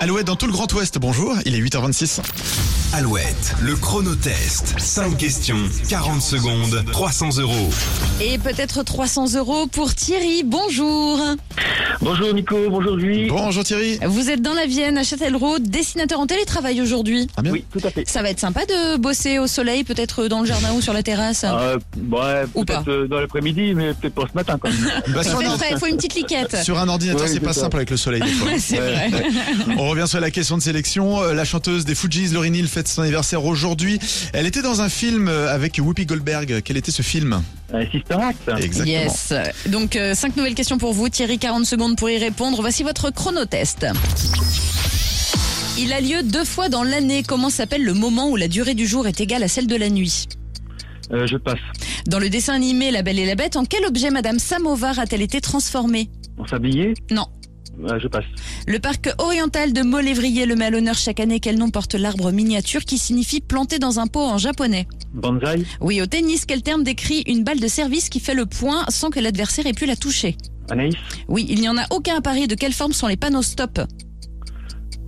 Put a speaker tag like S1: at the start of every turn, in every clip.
S1: Alouette dans tout le Grand Ouest, bonjour, il est 8h26.
S2: Alouette, le chronotest. 5 questions, 40 secondes, 300 euros.
S3: Et peut-être 300 euros pour Thierry. Bonjour.
S4: Bonjour Nico, bonjour Louis.
S1: Bonjour Thierry.
S3: Vous êtes dans la Vienne, à Châtellerault, dessinateur en télétravail aujourd'hui.
S1: Ah bien.
S4: Oui, tout à fait.
S3: Ça va être sympa de bosser au soleil, peut-être dans le jardin ou sur la terrasse.
S1: Ah.
S4: Euh, ouais,
S3: Ou
S4: peut-être
S3: pas.
S4: euh, dans l'après-midi, mais peut-être pas ce matin quand même.
S1: Bah,
S3: Il
S1: sur,
S3: fait
S1: un,
S3: frais, il faut une petite liquette.
S1: sur un ordinateur,
S4: Ouais,
S1: c'est
S4: c'est
S1: pas
S4: ça.
S1: simple avec le soleil des fois.
S3: C'est vrai.
S1: On revient sur la question de sélection. Euh, La chanteuse des Fujis, Laurie Neal, fête son anniversaire aujourd'hui. Elle était dans un film euh, avec Whoopi Goldberg. Quel était ce film
S4: Euh, Sister Act.
S1: Exactement.
S3: Ah. Yes. Donc, 5 nouvelles questions pour vous. Thierry, 40 secondes pour y répondre. Voici votre chronotest. Il a lieu deux fois dans l'année. Comment s'appelle le moment où la durée du jour est égale à celle de la nuit
S4: Euh, je passe.
S3: Dans le dessin animé La Belle et la Bête, en quel objet Madame Samovar a-t-elle été transformée
S4: On s'habillait
S3: Non.
S4: Euh, je passe.
S3: Le parc oriental de Molévrier le met à l'honneur chaque année quel nom porte l'arbre miniature qui signifie planté dans un pot en japonais.
S4: Banzai.
S3: Oui, au tennis, quel terme décrit une balle de service qui fait le point sans que l'adversaire ait pu la toucher
S4: Anaïs.
S3: Oui, il n'y en a aucun à Paris. De quelle forme sont les panneaux stop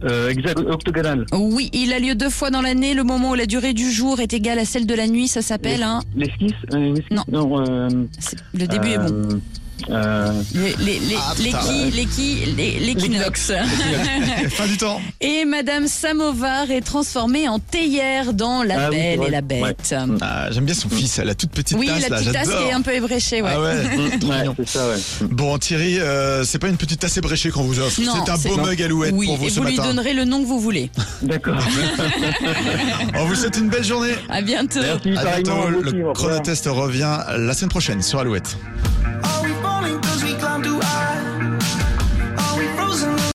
S4: Euh, hexag- octogonal.
S3: Oui, il a lieu deux fois dans l'année. Le moment où la durée du jour est égale à celle de la nuit, ça s'appelle un.
S4: L'esquisse. euh, une esquisse
S3: Non.
S4: euh,
S3: c'est- Le début est bon.
S4: euh, euh,
S3: Les, les, les,
S1: Ah,
S3: les
S1: putain.
S3: qui- les qui- les- l'équinoxe.
S1: Fin du temps.
S3: Et Madame Samovar est transformée en théière dans La
S4: Ah oui,
S3: Belle
S4: c'est
S3: et la
S4: vrai. Ouais.
S3: Bête.
S1: Ah, J'aime bien son fils, la toute petite
S3: Oui,
S1: tasse
S3: la
S1: là,
S3: petite tasse qui est
S1: j'adore.
S3: un peu ébréchée, ouais.
S1: Ah ouais, trop
S4: euh, ouais,
S1: mignon.
S4: c'est ça, ouais.
S1: Bon Thierry, euh, c'est pas une petite tasse ébréchée qu'on vous offre,
S3: Non,
S1: c'est un
S3: c'est-
S1: beau
S3: non.
S1: mug alouette
S3: oui,
S1: pour vous
S3: et
S1: ce
S3: vous lui
S1: matin.
S3: donnerez le nom que vous voulez.
S4: D'accord.
S1: On vous souhaite une belle journée.
S3: À bientôt.
S4: Merci,
S1: À
S4: pareillement.
S1: bientôt,
S4: vous aussi, au
S1: le
S4: revoir.
S1: chronotest revient la semaine prochaine sur Alouette.